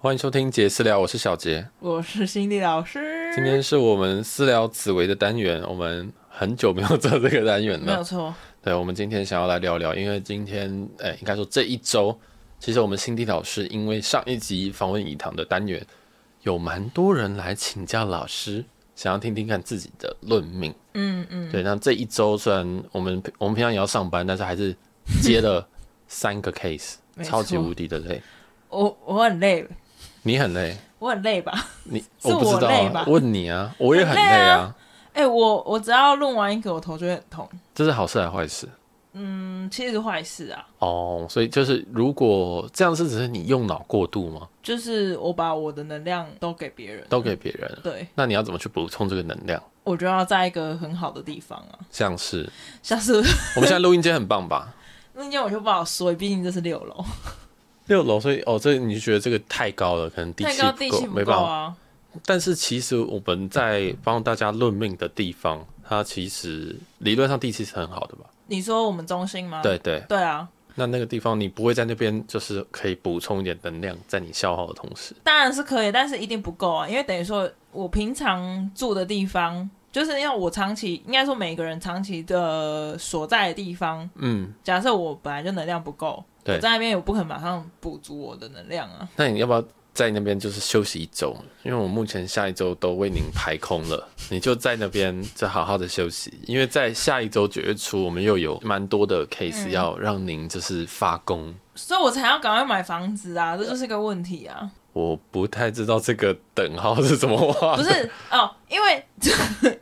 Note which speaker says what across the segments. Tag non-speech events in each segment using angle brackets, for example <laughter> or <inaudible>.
Speaker 1: 欢迎收听杰私聊，我是小杰。
Speaker 2: 我是心理老师。
Speaker 1: 今天是我们私聊紫薇的单元，我们很久没有做这个单元
Speaker 2: 没有
Speaker 1: 了。
Speaker 2: 错，
Speaker 1: 对，我们今天想要来聊聊，因为今天，哎、应该说这一周，其实我们新地老师因为上一集访问以堂的单元，有蛮多人来请教老师，想要听听看自己的论命。
Speaker 2: 嗯嗯，
Speaker 1: 对，那这一周虽然我们我们平常也要上班，但是还是接了三个 case，
Speaker 2: 没错
Speaker 1: 超级无敌的累。
Speaker 2: 我我很累，
Speaker 1: 你很累，
Speaker 2: 我很累吧？ <laughs>
Speaker 1: 你
Speaker 2: 是
Speaker 1: 不知
Speaker 2: 我
Speaker 1: 道、
Speaker 2: 累
Speaker 1: 啊
Speaker 2: 吧，
Speaker 1: 问你啊，我也很累
Speaker 2: 很累
Speaker 1: 啊
Speaker 2: 啊。哎、我我只要论完一个，我头就会很痛。
Speaker 1: 这是好事还是坏事？
Speaker 2: 嗯，其实是坏事啊，
Speaker 1: 哦，所以就是如果这样是只是你用脑过度吗？
Speaker 2: 就是我把我的能量都给别人，
Speaker 1: 都给别人了，
Speaker 2: 对
Speaker 1: 那你要怎么去补充这个能量？
Speaker 2: 我就要在一个很好的地方啊。
Speaker 1: 像 <laughs> 是
Speaker 2: 下次 <laughs>
Speaker 1: 我们现在录音间很棒吧？
Speaker 2: 那间我就不好说，毕竟这是六楼，
Speaker 1: 六楼，所以哦，这你就觉得这个太高了，可能地
Speaker 2: 太
Speaker 1: 气
Speaker 2: 高地气
Speaker 1: 没
Speaker 2: 不
Speaker 1: 办
Speaker 2: 够
Speaker 1: 法。
Speaker 2: 啊。
Speaker 1: 但是其实我们在帮大家论命的地方，它其实理论上地气是很好的吧？
Speaker 2: 你说我们中心吗？
Speaker 1: 对对，
Speaker 2: 对啊，
Speaker 1: 那那个地方你不会在那边就是可以补充一点能量，在你消耗的同时，
Speaker 2: 当然是可以，但是一定不够啊，因为等于说我平常住的地方，就是因为我长期，应该说每个人长期的所在的地方，
Speaker 1: 嗯，
Speaker 2: 假设我本来就能量不够，
Speaker 1: 对
Speaker 2: 我在那边也不可能马上补足我的能量啊。
Speaker 1: 那你要不要在那边就是休息一周？因为我目前下一周都为您排空了，你就在那边就好好的休息，因为在下一周九月初，我们又有蛮多的 case
Speaker 2: 嗯
Speaker 1: 要让您就是发功。
Speaker 2: 所以我才要赶快买房子啊，这就是个问题啊，
Speaker 1: 我不太知道这个等号是怎么画
Speaker 2: 不
Speaker 1: 的，
Speaker 2: 是哦，因为 <laughs>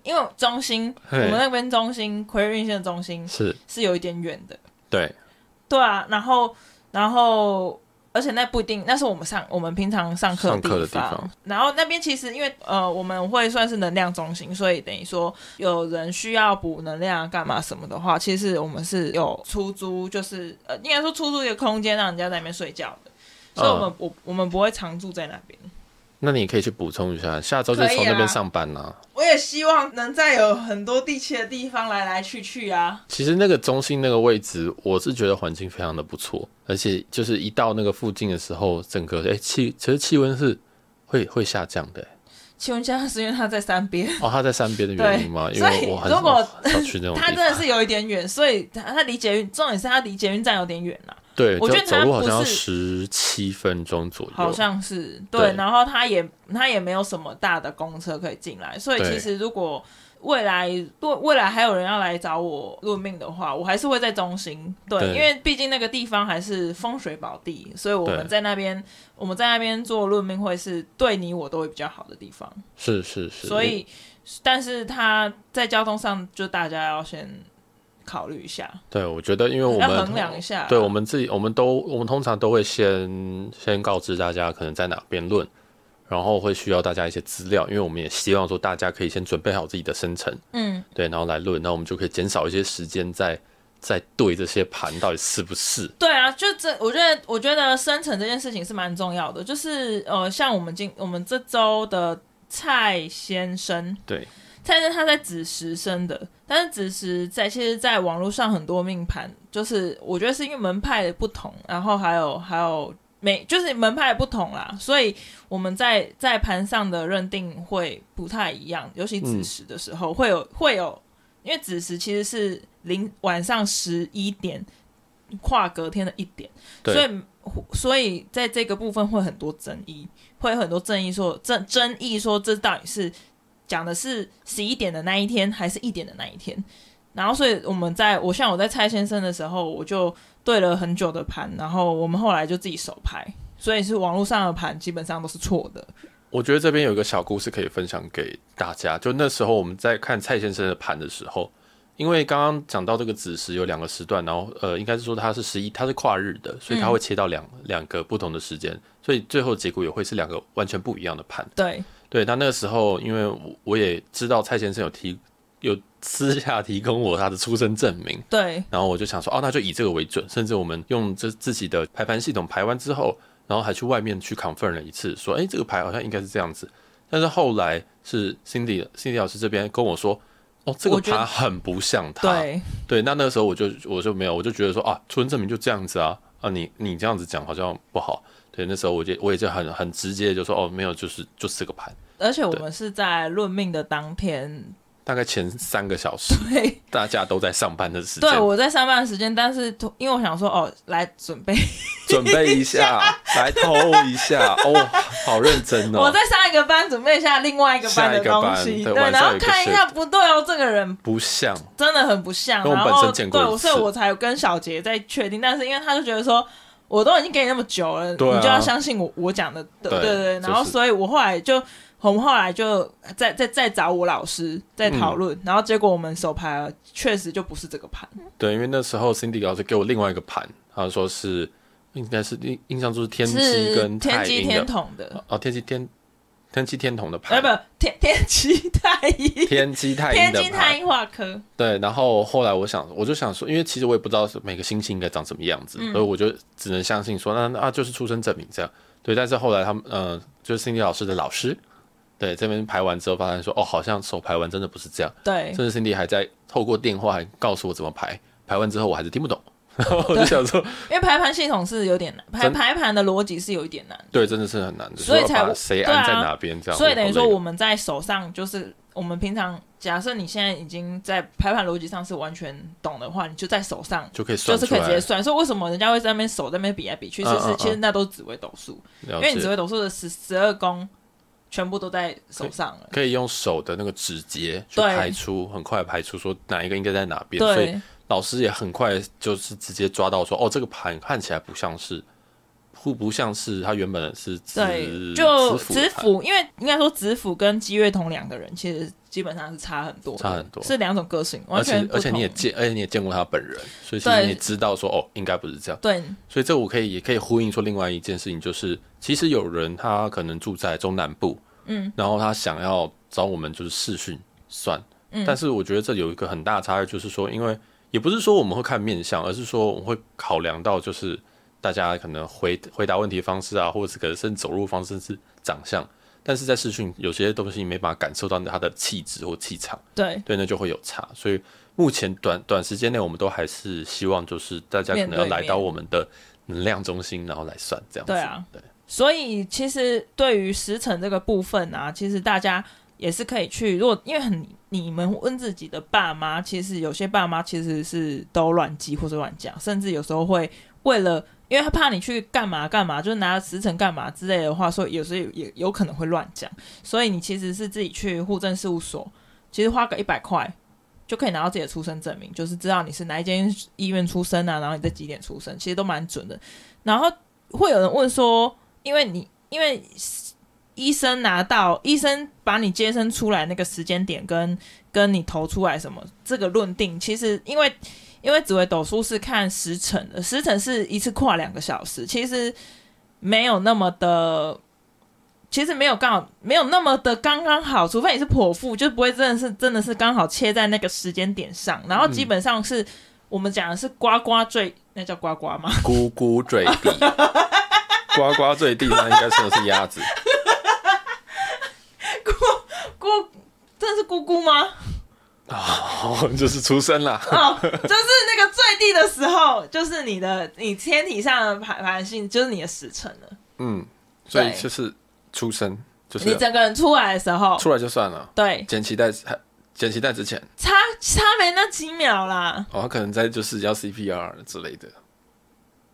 Speaker 2: 因为中心，我
Speaker 1: 嘿
Speaker 2: 们那边中心葵运线的中心
Speaker 1: <laughs> 是
Speaker 2: 是有一点远的，
Speaker 1: 对，
Speaker 2: 对啊，然后然后而且那不一定，那是我们上我们平常上课
Speaker 1: 上课的地
Speaker 2: 方。
Speaker 1: 方
Speaker 2: 然后那边其实因为呃我们会算是能量中心，所以等于说有人需要补能量啊干嘛什么的话，其实我们是有出租，就是呃应该说出租一个空间让人家在里面睡觉的。
Speaker 1: 嗯
Speaker 2: 所以我们、我我们不会常住在那边。
Speaker 1: 那你也可以去补充一下，下周就
Speaker 2: 可以
Speaker 1: 从那边
Speaker 2: 啊
Speaker 1: 上班啦、
Speaker 2: 我也希望能在有很多地气的地方来来去去啊。
Speaker 1: 其实那个中心那个位置，我是觉得环境非常的不错，而且就是一到那个附近的时候，整个哎气，其实气温是会会下降的。
Speaker 2: 请问一下，是因为他在山边，
Speaker 1: 哦，他在山边的原因吗？
Speaker 2: 对
Speaker 1: 因
Speaker 2: 所
Speaker 1: 为
Speaker 2: 以
Speaker 1: 我很
Speaker 2: 如果
Speaker 1: 少去那种地方，
Speaker 2: 他真的是有一点远，所以他他离捷运，重点是他离捷运站有点远啊啦、
Speaker 1: 对，
Speaker 2: 我觉得
Speaker 1: 就走路好像要
Speaker 2: 他不
Speaker 1: 十七分钟左右，
Speaker 2: 好像是
Speaker 1: 对
Speaker 2: 对，然后他也他也没有什么大的公车可以进来，所以
Speaker 1: 对
Speaker 2: 其实如果未来若未来还有人要来找我论命的话，我还是会在中心，对，
Speaker 1: 对
Speaker 2: 因为毕竟那个地方还是风水宝地，所以我
Speaker 1: 对
Speaker 2: 们在那边我们在那边做论命会是对你我都会比较好的地方，
Speaker 1: 是是是，
Speaker 2: 所以但是他在交通上就大家要先考虑一下，
Speaker 1: 对我觉得，因为我
Speaker 2: 要
Speaker 1: 们
Speaker 2: 衡量一下，
Speaker 1: 对我们自己，我们都我们通常都会先先告知大家可能在哪边论，然后会需要大家一些资料，因为我们也希望说大家可以先准备好自己的生辰，
Speaker 2: 嗯，
Speaker 1: 对，然后来论，那我们就可以减少一些时间在在对这些盘到底是不是。
Speaker 2: 对啊，就这，我觉得，我觉得生成这件事情是蛮重要的。就是呃，像我们今我们这周的蔡先生，
Speaker 1: 对，
Speaker 2: 蔡先生他在子时生的，但是子时在其实，在网络上很多命盘，就是我觉得是因为门派的不同，然后还有还有每就是门派的不同啦，所以我们在在盘上的认定会不太一样，尤其子时的时候、会有会有，因为子时其实是零晚上十一点跨隔天的一点，
Speaker 1: 对
Speaker 2: 所以。所以在这个部分会很多争议，会有很多争议说争争议说这到底是讲的是十一点的那一天，还是一点的那一天？然后，所以我们在我像我在蔡先生的时候，我就对了很久的盘，然后我们后来就自己手牌，所以是网络上的盘基本上都是错的。
Speaker 1: 我觉得这边有一个小故事可以分享给大家。就那时候我们在看蔡先生的盘的时候，因为刚刚讲到这个子时有两个时段，然后呃，应该是说它是十一，它是跨日的，所以它会切到两、两个不同的时间，所以最后结果也会是两个完全不一样的盘。
Speaker 2: 对，
Speaker 1: 对，那那个时候因为我我也知道蔡先生有提有私下提供我他的出生证明，
Speaker 2: 对，
Speaker 1: 然后我就想说，哦，那就以这个为准，甚至我们用这自己的排盘系统排完之后，然后还去外面去 confirm 了一次，说，哎，这个牌好像应该是这样子。但是后来是 Cindy Cindy 老师这边跟我说，哦，这个
Speaker 2: 我觉得
Speaker 1: 牌很不像他。
Speaker 2: 对，
Speaker 1: 对那那个时候我就我就没有，我就觉得说啊，出生证明就这样子啊，啊，你你这样子讲好像不好。对，那时候我就我也就很很直接地就说哦，没有，就是就是这个盘，
Speaker 2: 而且我们是在论命的当天，
Speaker 1: 大概前三个小时
Speaker 2: <laughs> 对
Speaker 1: 大家都在上班的时间，
Speaker 2: 对，我在上班的时间，但是因为我想说哦，来准备，
Speaker 1: 准备一下，
Speaker 2: <laughs>
Speaker 1: 来偷一下哦，好认真哦。
Speaker 2: 我在上一个班准备一下另外一个班
Speaker 1: 下
Speaker 2: 的
Speaker 1: 一个班
Speaker 2: 东西，
Speaker 1: 对
Speaker 2: 对，
Speaker 1: 晚上
Speaker 2: 然后
Speaker 1: 有一个
Speaker 2: 看一下不对哦，这个人
Speaker 1: 不像，
Speaker 2: 真的很不像，
Speaker 1: 跟我
Speaker 2: 然
Speaker 1: 们
Speaker 2: 后
Speaker 1: 本身见过一
Speaker 2: 对，所以
Speaker 1: 次
Speaker 2: 我才有跟小杰在确定，但是因为他就觉得说。我都已经给你那么久了，
Speaker 1: 对啊
Speaker 2: 你就要相信我我讲的，对
Speaker 1: 对
Speaker 2: 对对。
Speaker 1: 就是
Speaker 2: 然后，所以我后来就，我们后来就再再再找我老师再讨论，
Speaker 1: 嗯
Speaker 2: 然后结果我们手牌了确实就不是这个盘，
Speaker 1: 对，因为那时候 Cindy 老师给我另外一个盘，他说是应该是印印象中是天机
Speaker 2: 是
Speaker 1: 跟
Speaker 2: 天
Speaker 1: 太
Speaker 2: 机
Speaker 1: 阴
Speaker 2: 天
Speaker 1: 的
Speaker 2: 筒的，
Speaker 1: 哦，天机天天机天同的
Speaker 2: 哎
Speaker 1: 盘
Speaker 2: 不，，天 <laughs> 天机太阴，
Speaker 1: 天机太阴
Speaker 2: 天
Speaker 1: 的
Speaker 2: 机太
Speaker 1: 盘。
Speaker 2: 阴化科，
Speaker 1: 对，然后后来我想，我就想说，因为其实我也不知道是每个星星应该长什么样子，
Speaker 2: 嗯
Speaker 1: 所以我就只能相信说，那那啊就是出生证明这样。对，但是后来他们，呃，就是 Cindy 老师的老师，对这边排完之后，发现说，哦，好像手排完真的不是这样。
Speaker 2: 对，
Speaker 1: 甚至 Cindy 还在透过电话还告诉我怎么排，排完之后我还是听
Speaker 2: <laughs>
Speaker 1: 不懂，然后我就想说，
Speaker 2: 因为排盘系统是有点难，排
Speaker 1: 真
Speaker 2: 排盘的逻辑是有一点难。
Speaker 1: 对，真的是很难的，
Speaker 2: 所以
Speaker 1: 说
Speaker 2: 才
Speaker 1: 把谁
Speaker 2: 对啊
Speaker 1: 安在哪边这样，
Speaker 2: 所以等于说，我
Speaker 1: 好哦
Speaker 2: 们在手上就是我们平常，假设你现在已经在排盘逻辑上是完全懂的话，你就在手上
Speaker 1: 累就可以算
Speaker 2: 就是
Speaker 1: 出
Speaker 2: 可以
Speaker 1: 来，
Speaker 2: 直接算。所以为什么人家会在那边手在那边比来比去？
Speaker 1: 嗯
Speaker 2: 其实
Speaker 1: 嗯嗯
Speaker 2: 其实那都是紫微斗数，
Speaker 1: 了
Speaker 2: 因为你紫
Speaker 1: 解，
Speaker 2: 微斗数的十十二宫全部都在手上了。
Speaker 1: 可以用手的那个指节去
Speaker 2: 对
Speaker 1: 排出，很快排出说哪一个应该在哪边，所以
Speaker 2: 对
Speaker 1: 老师也很快就是直接抓到说，哦，这个盘看起来不像是。不不像是他原本是子
Speaker 2: 对，就
Speaker 1: 子
Speaker 2: 子府，因为应该说子府跟姬月同两个人，其实基本上是差很多的，
Speaker 1: 差很多
Speaker 2: 是两种个性，完
Speaker 1: 而
Speaker 2: 全
Speaker 1: 且
Speaker 2: 不
Speaker 1: 而且你也
Speaker 2: 同
Speaker 1: 见，而且你也见过他本人，所以其实
Speaker 2: 对
Speaker 1: 你也知道说哦，应该不是这样。
Speaker 2: 对
Speaker 1: 所以这我可以也可以呼应说另外一件事情，就是其实有人他可能住在中南部，
Speaker 2: 嗯，
Speaker 1: 然后他想要找我们就是视讯算，
Speaker 2: 嗯
Speaker 1: 但是我觉得这有一个很大的差异，就是说，因为也不是说我们会看面相，而是说我们会考量到就是大家可能回回答问题方式啊，或者是可能甚至走路方式是长相，但是在视讯有些东西你没办法感受到他的气质或气场。
Speaker 2: 对
Speaker 1: 对，那就会有差。所以目前短短时间内，我们都还是希望就是大家可
Speaker 2: 面
Speaker 1: 能要
Speaker 2: 对
Speaker 1: 来
Speaker 2: 面
Speaker 1: 到我们的能量中心，然后来算这样子。
Speaker 2: 对啊，
Speaker 1: 对，
Speaker 2: 所以其实对于时辰这个部分啊，其实大家也是可以去，如果因为很你们问自己的爸妈，其实有些爸妈其实是都乱记或者乱讲，甚至有时候会为了。因为他怕你去干嘛干嘛，就是拿时辰干嘛之类的话，所以有时候也有可能会乱讲，所以你其实是自己去户政事务所，其实花个一百块就可以拿到自己的出生证明，就是知道你是哪一间医院出生啊，然后你在几点出生，其实都蛮准的。然后会有人问说，因为你因为医生拿到医生把你接生出来那个时间点跟跟你投出来什么这个论定，其实因为因为紫微斗数是看时辰的，时辰是一次跨两个小时，其实没有那么的。其实没有刚好没有那么的刚刚好，除非你是剖腹，就不会真的是真的是刚好切在那个时间点上。然后基本上是、我们讲的是呱呱坠，那叫呱呱吗？
Speaker 1: 咕咕坠地，呱呱坠地，那应该说的是鸭子，
Speaker 2: <laughs> 咕，真的是咕咕吗？
Speaker 1: 哦，就是出生啦。
Speaker 2: <laughs> 哦，就是那个最低的时候，就是你的你天体上的排盘性，就是你的时辰了。
Speaker 1: 嗯，所以
Speaker 2: 对
Speaker 1: 就是出生，就是啊
Speaker 2: 你整个人出来的时候，
Speaker 1: 出来就算了，
Speaker 2: 对，
Speaker 1: 剪脐带还剪脐带之前，
Speaker 2: 差差没那几秒啦。
Speaker 1: 哦，他可能在就是要 CPR 之类的，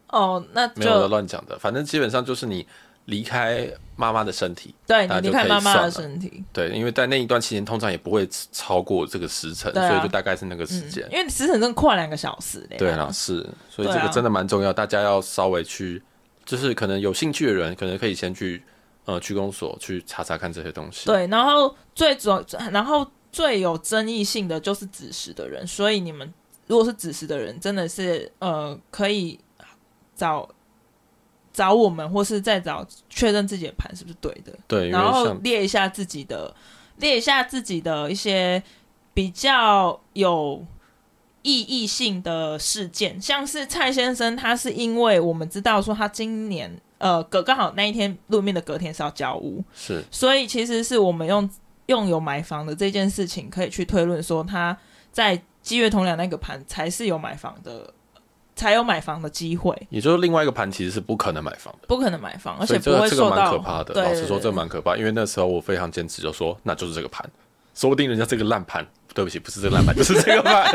Speaker 2: 哦，那
Speaker 1: 没有的
Speaker 2: 就
Speaker 1: 乱讲的，反正基本上就是你离开妈妈的身体。
Speaker 2: 对
Speaker 1: 大家
Speaker 2: 你
Speaker 1: 就
Speaker 2: 离开
Speaker 1: 可以
Speaker 2: 妈妈的
Speaker 1: 算
Speaker 2: 身体，
Speaker 1: 对，因为在那一段期间，通常也不会超过这个时辰，
Speaker 2: 对啊
Speaker 1: 所以就大概是那个时
Speaker 2: 嗯
Speaker 1: 间。
Speaker 2: 因为你时辰真的跨两个小时嘞。
Speaker 1: 对啦，是，所以
Speaker 2: 对
Speaker 1: 这
Speaker 2: 啊
Speaker 1: 个真的蛮重要，大家要稍微去，就是可能有兴趣的人，可能可以先去呃区公所去查查看这些东西。，
Speaker 2: 对，然后最主要，然后最有争议性的就是子时的人，所以你们如果是子时的人，真的是呃可以找找我们，或是再找确认自己的盘是不是对的，
Speaker 1: 对，因为
Speaker 2: 然后
Speaker 1: 像
Speaker 2: 列一下自己的列一下自己的一些比较有。意义性的事件，像是蔡先生，他是因为我们知道说他今年呃隔刚好那一天路面的隔天是要交屋，
Speaker 1: 是
Speaker 2: 所以其实是我们用用有买房的这件事情，可以去推论说他在积月同梁那个盘才是有买房的，才有买房的机会，
Speaker 1: 也就是另外一个盘其实是不可能买房的，
Speaker 2: 不可能买房，而
Speaker 1: 所
Speaker 2: 且
Speaker 1: 以这
Speaker 2: 不
Speaker 1: 个
Speaker 2: 会
Speaker 1: 这个
Speaker 2: 受
Speaker 1: 蛮
Speaker 2: 到。
Speaker 1: 可怕的。
Speaker 2: 对
Speaker 1: 老实说，
Speaker 2: 对
Speaker 1: 这个蛮可怕，因为那时候我非常坚持，就说那就是这个盘，说不定人家这个烂盘，对不起，不是这个烂盘， <laughs> 就是这个盘，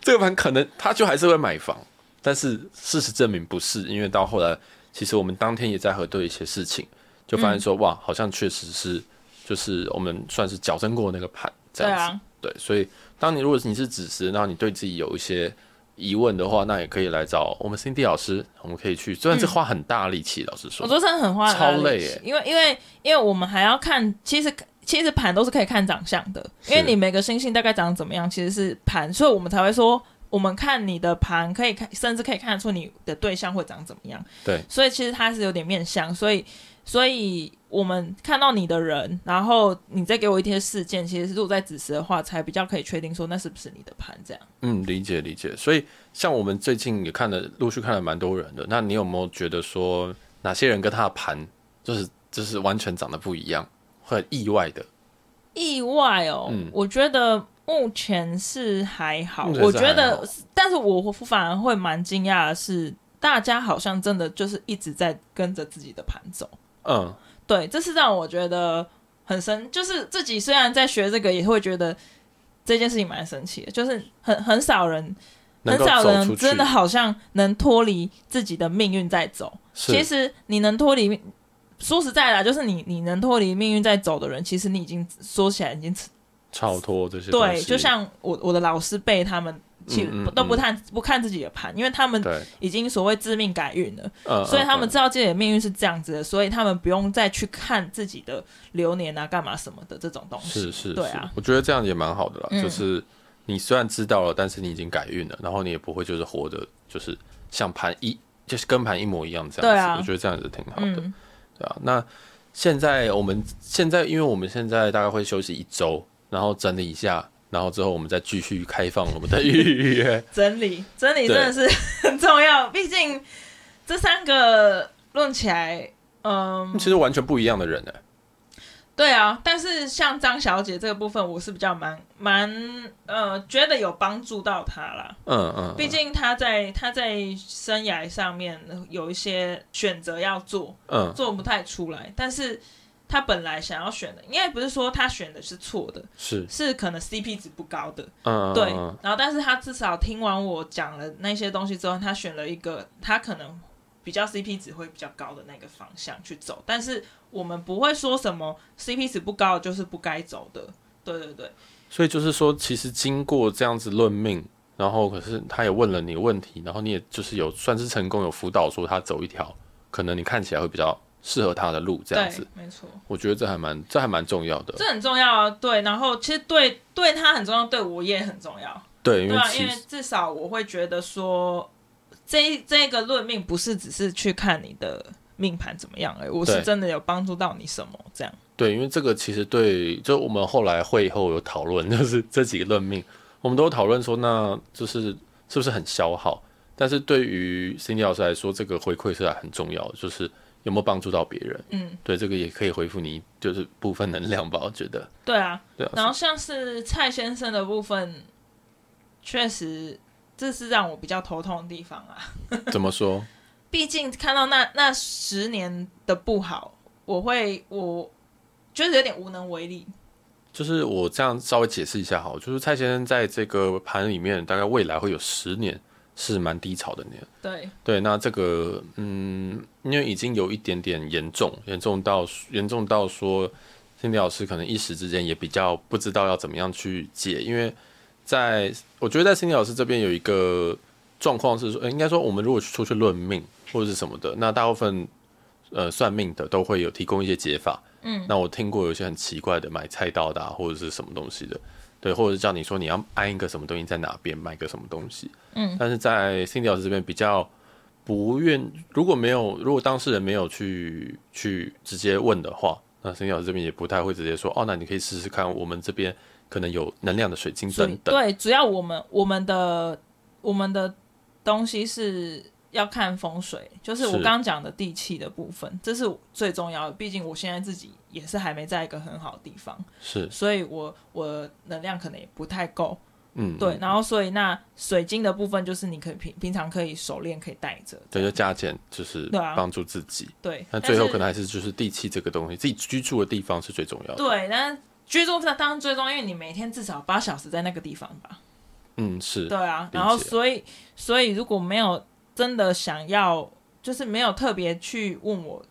Speaker 1: 这个盘可能他就还是会买房，但是事实证明不是，因为到后来，其实我们当天也在核对一些事情，就发现说、哇，好像确实是，就是我们算是矫正过那个盘，这
Speaker 2: 对
Speaker 1: 样子。
Speaker 2: 啊，
Speaker 1: 对，所以当你如果你是子时，然后你对自己有一些疑问的话，那也可以来找我们 Cindy 老师，我们可以去。虽
Speaker 2: 嗯
Speaker 1: 然这花很大力气，老实说
Speaker 2: 我，说真的很花
Speaker 1: 超
Speaker 2: 很大力
Speaker 1: 累
Speaker 2: 气
Speaker 1: 耶
Speaker 2: 因为因为因为我们还要看，其实其实盘都是可以看长相的，
Speaker 1: 是
Speaker 2: 因为你每个星星大概长怎么样，其实是盘，所以我们才会说。我们看你的盘，可以看，甚至可以看得出你的对象会长怎么样。
Speaker 1: 对，
Speaker 2: 所以其实它是有点面相，所以所以我们看到你的人，然后你再给我一些事件，其实如果在子时的话，才比较可以确定说那是不是你的盘这样。
Speaker 1: 嗯，理解理解。所以像我们最近也看了，陆续看了蛮多人的。那你有没有觉得说哪些人跟他的盘就是就是完全长得不一样，很意外的？
Speaker 2: 意外哦，
Speaker 1: 嗯
Speaker 2: 我觉得目前是还好，
Speaker 1: 目前是
Speaker 2: 我觉
Speaker 1: 还好
Speaker 2: 得，但是我反而会蛮惊讶的是，大家好像真的就是一直在跟着自己的盘走，
Speaker 1: 嗯，
Speaker 2: 对，这是让我觉得很生，就是自己虽然在学这个，也会觉得这件事情蛮神奇的，就是很很少人。
Speaker 1: 能
Speaker 2: 很
Speaker 1: 够
Speaker 2: 少
Speaker 1: 走出
Speaker 2: 人
Speaker 1: 去
Speaker 2: 真，的好像能脱离自己的命运在走。
Speaker 1: 是
Speaker 2: 其实你能脱离，说实在的啊，就是你你能脱离命运在走的人，其实你已经说起来已经
Speaker 1: 超脱这些东
Speaker 2: 对，
Speaker 1: 西
Speaker 2: 就像我我的老师辈他们，其
Speaker 1: 嗯嗯
Speaker 2: 不都不看不看自己的盘，因为他们
Speaker 1: 对，
Speaker 2: 已经所谓致命改运了，
Speaker 1: 嗯，
Speaker 2: 所以他们
Speaker 1: 嗯
Speaker 2: 知道自己的命运是这样子的，所以他们不用再去看自己的流年啊、干嘛什么的这种东西。
Speaker 1: 嗯是是，
Speaker 2: 对
Speaker 1: 是
Speaker 2: 啊，
Speaker 1: 我觉得这样也蛮好的啦，
Speaker 2: 嗯
Speaker 1: 就是你虽然知道了，但是你已经改运了，然后你也不会就是活的，就是像盘一就是跟盘一模一样这样子，
Speaker 2: 对啊
Speaker 1: 我觉得这样子挺好的，
Speaker 2: 嗯，
Speaker 1: 对啊。那现在我们现在，因为我们现在大概会休息一周，然后整理一下，然后之后我们再继续开放我们的预
Speaker 2: <laughs>
Speaker 1: 约。
Speaker 2: 整理整理
Speaker 1: 对
Speaker 2: 真的是 <laughs> 很重要，毕竟这三个论起来，嗯
Speaker 1: 其，实完全不一样的人呢、欸
Speaker 2: 对啊。但是像张小姐这个部分，我是比较蛮蛮呃，觉得有帮助到她啦。
Speaker 1: 嗯嗯，
Speaker 2: 毕竟他在他在生涯上面有一些选择要做，
Speaker 1: 嗯
Speaker 2: 做不太出来，但是他本来想要选的，应该不是说他选的是错的，
Speaker 1: 是
Speaker 2: 是可能 CP 值不高的，
Speaker 1: 嗯
Speaker 2: 对。
Speaker 1: 嗯
Speaker 2: 然后，但是他至少听完我讲了那些东西之后，他选了一个他可能比较 CP 值会比较高的那个方向去走，但是我们不会说什么 CP 值不高的就是不该走的，对对对，
Speaker 1: 所以就是说，其实经过这样子论命，然后可是他也问了你问题，然后你也就是有算是成功有辅导说他走一条可能你看起来会比较适合他的路这样
Speaker 2: 对
Speaker 1: 子，，
Speaker 2: 没错。
Speaker 1: 我觉得这还蛮这还蛮重要的，
Speaker 2: 这很重要啊，对。然后其实对对他很重要，对我也很重要，
Speaker 1: 对，因
Speaker 2: 对
Speaker 1: 为
Speaker 2: 啊，因
Speaker 1: 其
Speaker 2: 为
Speaker 1: 实
Speaker 2: 至少我会觉得说，这一这个论命不是只是去看你的命盘怎么样而已，我
Speaker 1: 对
Speaker 2: 是真的有帮助到你什么这样。
Speaker 1: 对，因为这个其实对，就我们后来会后有讨论， <laughs> 就是这几个论命，我们都有讨论说，那就是是不是很消耗？但是对于 Cindy 老师来说，这个回馈是很重要的，就是有没有帮助到别人？
Speaker 2: 嗯，
Speaker 1: 对，这个也可以回复你，就是部分能量吧，我觉得。
Speaker 2: 对啊。
Speaker 1: 对啊，
Speaker 2: 然后像是蔡先生的部分，确实这是让我比较头痛的地方啊。
Speaker 1: 怎么说？
Speaker 2: 毕竟看到那那十年的不好，我会我就是有点无能为力。
Speaker 1: 就是我这样稍微解释一下好，就是蔡先生在这个盘里面，大概未来会有十年是蛮低潮的年。
Speaker 2: 对，
Speaker 1: 对，那这个嗯，因为已经有一点点严重，严重到严重到说，心理老师可能一时之间也比较不知道要怎么样去解，因为在我觉得在心理老师这边有一个状况是说，呃应该说我们如果出去论命或者是什么的，那大部分呃算命的都会有提供一些解法。
Speaker 2: 嗯，
Speaker 1: 那我听过有一些很奇怪的买菜刀的、啊、或者是什么东西的，对，或者是叫你说你要按一个什么东西在哪边买个什么东西。
Speaker 2: 嗯
Speaker 1: 但是在心理老师这边比较。不愿如果没有如果当事人没有去去直接问的话，那森老师这边也不太会直接说哦，那你可以试试看，我们这边可能有能量的水晶
Speaker 2: 所
Speaker 1: 等
Speaker 2: 以
Speaker 1: 等。
Speaker 2: 对，主要我们我们的我们的东西是要看风水，就是我
Speaker 1: 是
Speaker 2: 刚刚讲的地气的部分，这是最重要的。毕竟我现在自己也是还没在一个很好的地方，
Speaker 1: 是
Speaker 2: 所以我我能量可能也不太够。
Speaker 1: 嗯，
Speaker 2: 对，然后所以那水晶的部分就是你可以平平常可以手链可以戴着，
Speaker 1: 对，就加减就是
Speaker 2: 对啊
Speaker 1: 帮助自己。
Speaker 2: 对。
Speaker 1: 那
Speaker 2: 但
Speaker 1: 最后
Speaker 2: 是
Speaker 1: 可能还是就是地气这个东西，自己居住的地方是最重要的。
Speaker 2: 对，但居住上当然最重要，因为你每天至少八小时在那个地方吧。
Speaker 1: 嗯，是
Speaker 2: 对，啊，
Speaker 1: 理
Speaker 2: 然后
Speaker 1: 解
Speaker 2: 所以所以如果没有真的想要，就是没有特别去问我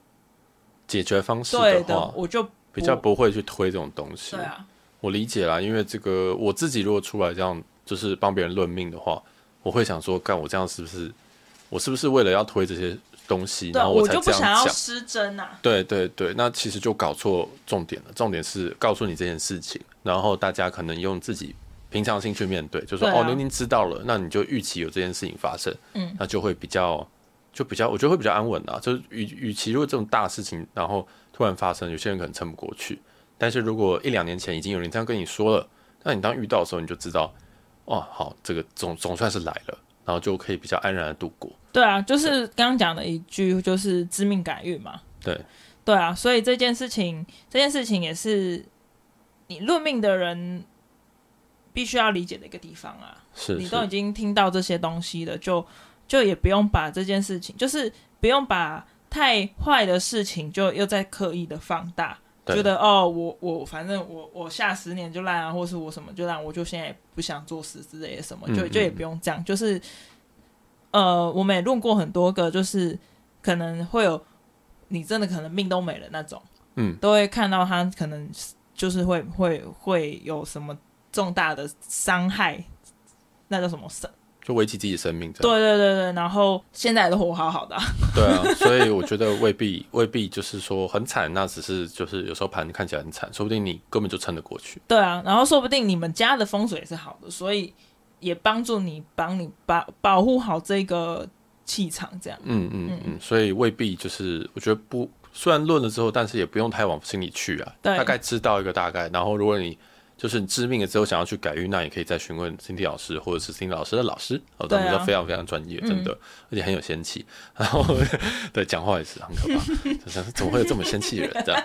Speaker 1: 解决方式
Speaker 2: 对
Speaker 1: 的话，
Speaker 2: 我就
Speaker 1: 比较不会去推这种东西。
Speaker 2: 对啊，
Speaker 1: 我理解啦，因为这个我自己如果出来这样，就是帮别人论命的话，我会想说，干我这样是不是，我是不是为了要推这些东西，
Speaker 2: 对
Speaker 1: 然
Speaker 2: 啊，
Speaker 1: 后
Speaker 2: 我
Speaker 1: 才
Speaker 2: 就
Speaker 1: 这
Speaker 2: 不
Speaker 1: 样
Speaker 2: 想要
Speaker 1: 讲？
Speaker 2: 失真啊。
Speaker 1: 对对对，那其实就搞错重点了。重点是告诉你这件事情，然后大家可能用自己平常心去面对，就说、
Speaker 2: 对啊
Speaker 1: 哦，您您知道了，那你就预期有这件事情发生，
Speaker 2: 嗯，
Speaker 1: 那就会比较就比较，我觉得会比较安稳啦。就是与与其如果这种大事情然后突然发生，有些人可能撑不过去，但是如果一两年前已经有人这样跟你说了，那你当遇到的时候你就知道，哦，好，这个总总算是来了，然后就可以比较安然的度过。
Speaker 2: 对啊，就是刚刚讲的一句，就是知命改运嘛。
Speaker 1: 对，
Speaker 2: 对啊，所以这件事情，这件事情也是你论命的人必须要理解的一个地方啊。
Speaker 1: 是
Speaker 2: 你
Speaker 1: 是
Speaker 2: 都已经听到这些东西了，就就也不用把这件事情，就是不用把太坏的事情就又再刻意的放大，
Speaker 1: 对
Speaker 2: 觉得哦，我我反正我我下十年就烂啊，或是我什么就烂，我就现在也不想做事之类的什么，就
Speaker 1: 嗯嗯
Speaker 2: 就也不用这样，就是呃，我们也论过很多个，就是可能会有你真的可能命都没了那种，
Speaker 1: 嗯
Speaker 2: 都会看到他可能就是会会会有什么重大的伤害，那叫什么伤？
Speaker 1: 就维系自己的生命这样。
Speaker 2: 对对对对，然后现在都活好好的啊、
Speaker 1: 对啊，所以我觉得未必 <laughs> 未必就是说很惨，那只是就是有时候盘看起来很惨，说不定你根本就撑得过去。
Speaker 2: 对啊，然后说不定你们家的风水也是好的，所以也帮助你帮你保保护好这个气场，这样。
Speaker 1: 嗯嗯嗯，所以未必就是我觉得不，虽然论了之后，但是也不用太往心里去啊，
Speaker 2: 对
Speaker 1: 大概知道一个大概。然后如果你就是你致命了之后想要去改运，那也可以再询问 Cindy 老师或者是 Cindy 老师的老师，哦，
Speaker 2: 对
Speaker 1: 他
Speaker 2: 啊
Speaker 1: 们都非常非常专业，真的，而且很有仙气。 <laughs> 然后对讲话也是很可怕， <laughs> 就是怎么会有这么仙气的人这样？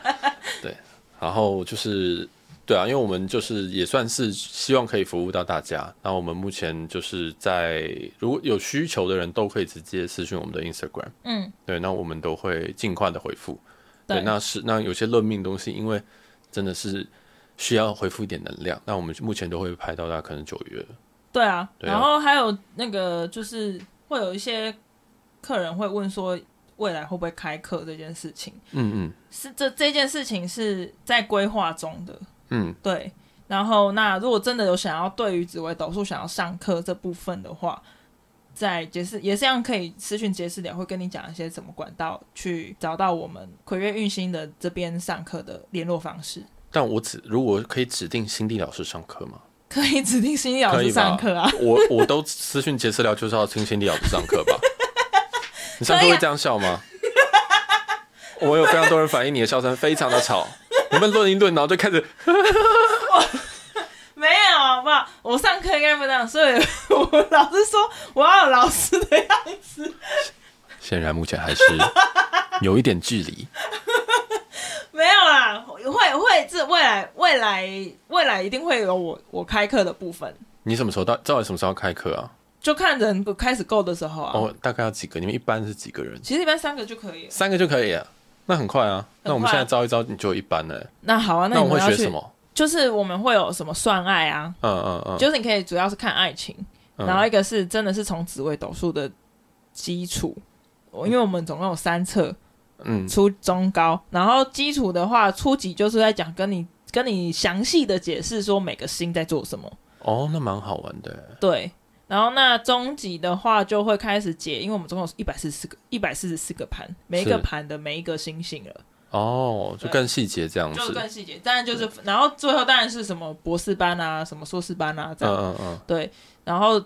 Speaker 1: 对，然后就是对啊，因为我们就是也算是希望可以服务到大家。那我们目前就是在如果有需求的人都可以直接私讯我们的 Instagram，
Speaker 2: 嗯，
Speaker 1: 对，那我们都会尽快的回复。
Speaker 2: 对
Speaker 1: 那是那有些论命东西，因为真的是需要回复一点能量，那我们目前都会排到大概可能九月。
Speaker 2: 对啊，
Speaker 1: 对啊
Speaker 2: 然后还有那个就是会有一些客人会问说未来会不会开课这件事情，
Speaker 1: 嗯
Speaker 2: 是这这件事情是在规划中的，
Speaker 1: 嗯嗯，
Speaker 2: 对，然后那如果真的有想要对于紫微斗数想要上课这部分的话，在杰士也是一样可以私讯杰士聊，会跟你讲一些怎么管道去找到我们葵月运星的这边上课的联络方式。
Speaker 1: 但我指如果可以指定新地老师上课吗？
Speaker 2: <laughs> 可以指定心理老
Speaker 1: 可
Speaker 2: 师
Speaker 1: 以吧
Speaker 2: 上课啊，
Speaker 1: 我我都私讯杰斯聊，就是要听心理老师上
Speaker 2: <laughs>
Speaker 1: 课吧？你上课会这样笑吗？我有非常多人反映你的笑声非常的吵，你们论一论，然后就开始
Speaker 2: 没有好不好？我上课应该不这样，所以我老师说我要有老师的样子。
Speaker 1: 显然目前还是有一点距离。
Speaker 2: 没有啦，会会这未来未来未来一定会有我我开课的部分，
Speaker 1: 你什么时候到？到底什么时候开课啊？
Speaker 2: 就看人开始够的时候啊。
Speaker 1: 哦，大概要几个？你们一般是几个人？
Speaker 2: 其实一般三个就可以了。
Speaker 1: 三个就可以啊，那很快啊。那我们
Speaker 2: 很快
Speaker 1: 现在招一招，你就有一般了欸、
Speaker 2: 那好啊，
Speaker 1: 那
Speaker 2: 你
Speaker 1: 我
Speaker 2: 们
Speaker 1: 们
Speaker 2: 要
Speaker 1: 会
Speaker 2: 去
Speaker 1: 学什？么？
Speaker 2: 就是我们会有什么算爱啊？
Speaker 1: 嗯嗯嗯，
Speaker 2: 就是你可以主要是看爱情，
Speaker 1: 嗯
Speaker 2: 然后一个是真的是从紫微斗数的基础，我因为我们总共有三册，
Speaker 1: 嗯
Speaker 2: 初中高，然后基础的话，初级就是在讲跟你跟你详细的解释说每个星在做什么，
Speaker 1: 哦，那蛮好玩的欸、
Speaker 2: 对。然后那中级的话就会开始解，因为我们总共有一百四十四个一百四十四个盘，每一个
Speaker 1: 是
Speaker 2: 盘的每一个星星了。
Speaker 1: 哦，就更细节这样
Speaker 2: 就
Speaker 1: 子。嗯
Speaker 2: 更细节。当然就是，然后最后当然是什么博士班啊，什么硕士班啊这
Speaker 1: 嗯
Speaker 2: 样。
Speaker 1: 嗯嗯，
Speaker 2: 对，然后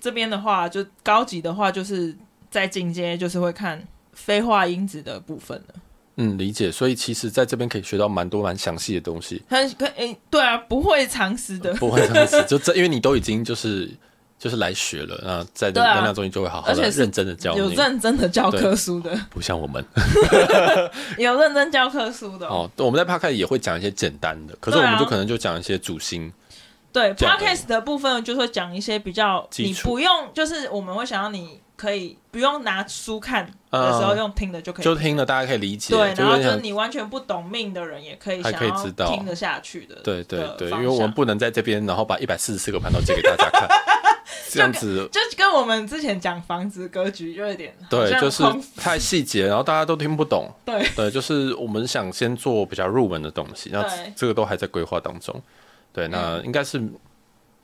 Speaker 2: 这边的话，就高级的话，就是在进阶就是会看非化因子的部分了。
Speaker 1: 嗯，理解。所以其实在这边可以学到蛮多蛮详细的东西，
Speaker 2: 很可诶、对啊，不会常识的，
Speaker 1: 不会这样子。就这，因为你都已经就是就是来学了，那在
Speaker 2: 对啊
Speaker 1: 能量中心就会好好
Speaker 2: 而且
Speaker 1: 的
Speaker 2: 是
Speaker 1: 认真的教
Speaker 2: 有
Speaker 1: 你，
Speaker 2: 认真的教科书的，
Speaker 1: 不像我们
Speaker 2: 有认真教科书的哦。
Speaker 1: 哦。我们在 p a 也会讲一些简单的，可是
Speaker 2: 对
Speaker 1: 我
Speaker 2: 啊
Speaker 1: 们就可能就讲一些主心，
Speaker 2: 对
Speaker 1: 这样而已
Speaker 2: podcast 的部分，就是会讲一些比较
Speaker 1: 基
Speaker 2: 你
Speaker 1: 础
Speaker 2: 不用，就是我们会想要你可以不用拿书看的时候
Speaker 1: 嗯
Speaker 2: 用听的就可以，
Speaker 1: 就听了大家可以理解，
Speaker 2: 对，
Speaker 1: 就
Speaker 2: 然后
Speaker 1: 有点
Speaker 2: 就是
Speaker 1: 像
Speaker 2: 你完全不懂命的人也可以
Speaker 1: 还
Speaker 2: 想
Speaker 1: 可以
Speaker 2: 要
Speaker 1: 知道
Speaker 2: 听得下去的，
Speaker 1: 对对
Speaker 2: 的
Speaker 1: 对，因
Speaker 2: 方
Speaker 1: 为我们
Speaker 2: 向
Speaker 1: 不能在这边，然后把一百四十四个盘都借给大
Speaker 2: <laughs>
Speaker 1: 家看，这样子。
Speaker 2: 就跟我们之前讲房子格局就有点好
Speaker 1: 对，
Speaker 2: 像
Speaker 1: 就是
Speaker 2: 空
Speaker 1: 太细节，然后大家都听不懂。
Speaker 2: <laughs> 对
Speaker 1: 对，就是我们想先做比较入门的东西，那
Speaker 2: 对嗯
Speaker 1: 这个都还在规划当中。对，那应该是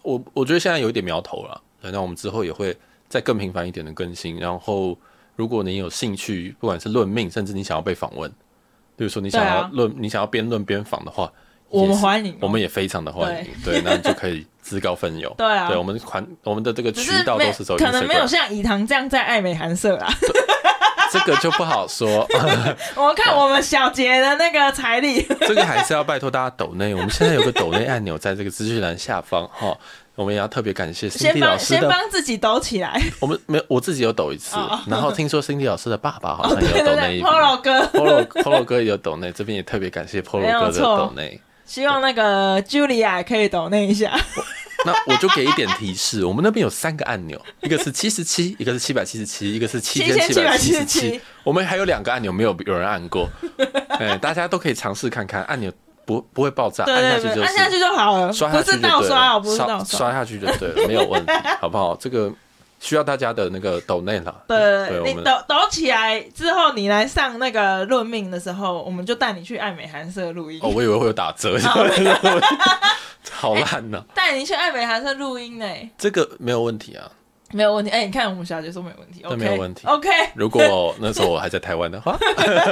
Speaker 1: 我我觉得现在有一点苗头了。对，那我们之后也会再更频繁一点的更新。然后，如果你有兴趣，不管是论命，甚至你想要被访问，比如说你想
Speaker 2: 对啊
Speaker 1: 要论，你想要边论边访的话，
Speaker 2: 我
Speaker 1: 也
Speaker 2: 们
Speaker 1: 是
Speaker 2: 欢迎哦，。
Speaker 1: 我们也非常的欢迎，对，那你就可以自告奋勇
Speaker 2: <laughs> 对啊
Speaker 1: 对，我们款我们的这个
Speaker 2: 只
Speaker 1: 渠
Speaker 2: 是
Speaker 1: 道
Speaker 2: 没
Speaker 1: 都是走
Speaker 2: 可能没有
Speaker 1: Instagram，
Speaker 2: <laughs> 像以堂这样在爱美寒舍啦。
Speaker 1: 这个就不好说，
Speaker 2: <laughs> 我看我们小杰的那个财力，
Speaker 1: <laughs> 这个还是要拜托大家抖内。我们现在有个抖内按钮在这个资讯栏下方哈，我们也要特别感谢
Speaker 2: 先
Speaker 1: Cindy 老
Speaker 2: 帮
Speaker 1: 师
Speaker 2: 先
Speaker 1: 的。
Speaker 2: 帮自己抖起来。
Speaker 1: 我们没有，我自己有抖一次
Speaker 2: 哦哦，
Speaker 1: 然后听说 Cindy 老师的爸爸好像
Speaker 2: 对
Speaker 1: 也
Speaker 2: 对 <laughs>
Speaker 1: 有抖内
Speaker 2: 对
Speaker 1: 一笔。
Speaker 2: ，Polo 哥，
Speaker 1: Polo Polo 哥也有抖内，这边也特别感谢 Polo
Speaker 2: 没有
Speaker 1: 哥的
Speaker 2: 错
Speaker 1: 抖内。
Speaker 2: 希望那个 Julia 可以抖那一下。
Speaker 1: 那我就给一点提示，我们那边有三个按钮， <laughs> 一个是七十七，一个是七百七十七，一个是七千七百七十
Speaker 2: 7777
Speaker 1: 七。我们还有两个按钮没有有人按
Speaker 2: <laughs>
Speaker 1: 过，哎、大家都可以尝试看看，按钮不不会爆炸，
Speaker 2: 对
Speaker 1: 按
Speaker 2: 对
Speaker 1: 下去
Speaker 2: 对，
Speaker 1: 就
Speaker 2: 按下
Speaker 1: 是
Speaker 2: 去就好了，
Speaker 1: 刷
Speaker 2: 不
Speaker 1: 下去
Speaker 2: 是
Speaker 1: 就对
Speaker 2: 倒刷
Speaker 1: 了
Speaker 2: 哦，不是
Speaker 1: 刷
Speaker 2: 倒
Speaker 1: 刷
Speaker 2: 刷。
Speaker 1: 下去就对了，没有问题，好不好？这个需要大家的那个抖内了，
Speaker 2: 对对
Speaker 1: 对
Speaker 2: 对，
Speaker 1: 我
Speaker 2: 你
Speaker 1: 们
Speaker 2: 抖抖起来之后，你来上那个论命的时候，我们就带你去爱美寒舍录音
Speaker 1: 哦，，我以为会有打
Speaker 2: <laughs>
Speaker 1: 折， <laughs> 好烂呢、
Speaker 2: 带你去爱美寒舍录音呢，
Speaker 1: 这个没有问题啊。
Speaker 2: 没有问题。哎，你看我们小杰说没有问题
Speaker 1: 那
Speaker 2: ，OK，
Speaker 1: 没有问题
Speaker 2: ，OK，
Speaker 1: 如果那时候我还在台湾的话，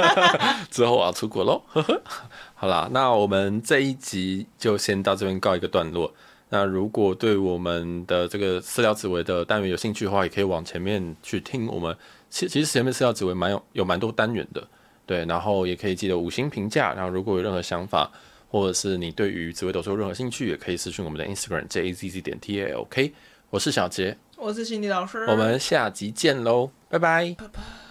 Speaker 1: <laughs> 之后我要出国喽。 <laughs> 好啦，那我们这一集就先到这边告一个段落。那如果对我们的这个饲料紫薇的单元有兴趣的话，也可以往前面去听。我们其其实前面饲料紫薇蛮有有蛮多单元的，对，然后也可以记得五星评价。然后如果有任何想法，或者是你对于紫薇斗数有任何兴趣，也可以私讯我们的 Instagram j a z z 点 t a l k。我是小杰，
Speaker 2: 我是心理老师，
Speaker 1: 我们下集见喽，拜拜。
Speaker 2: 拜拜。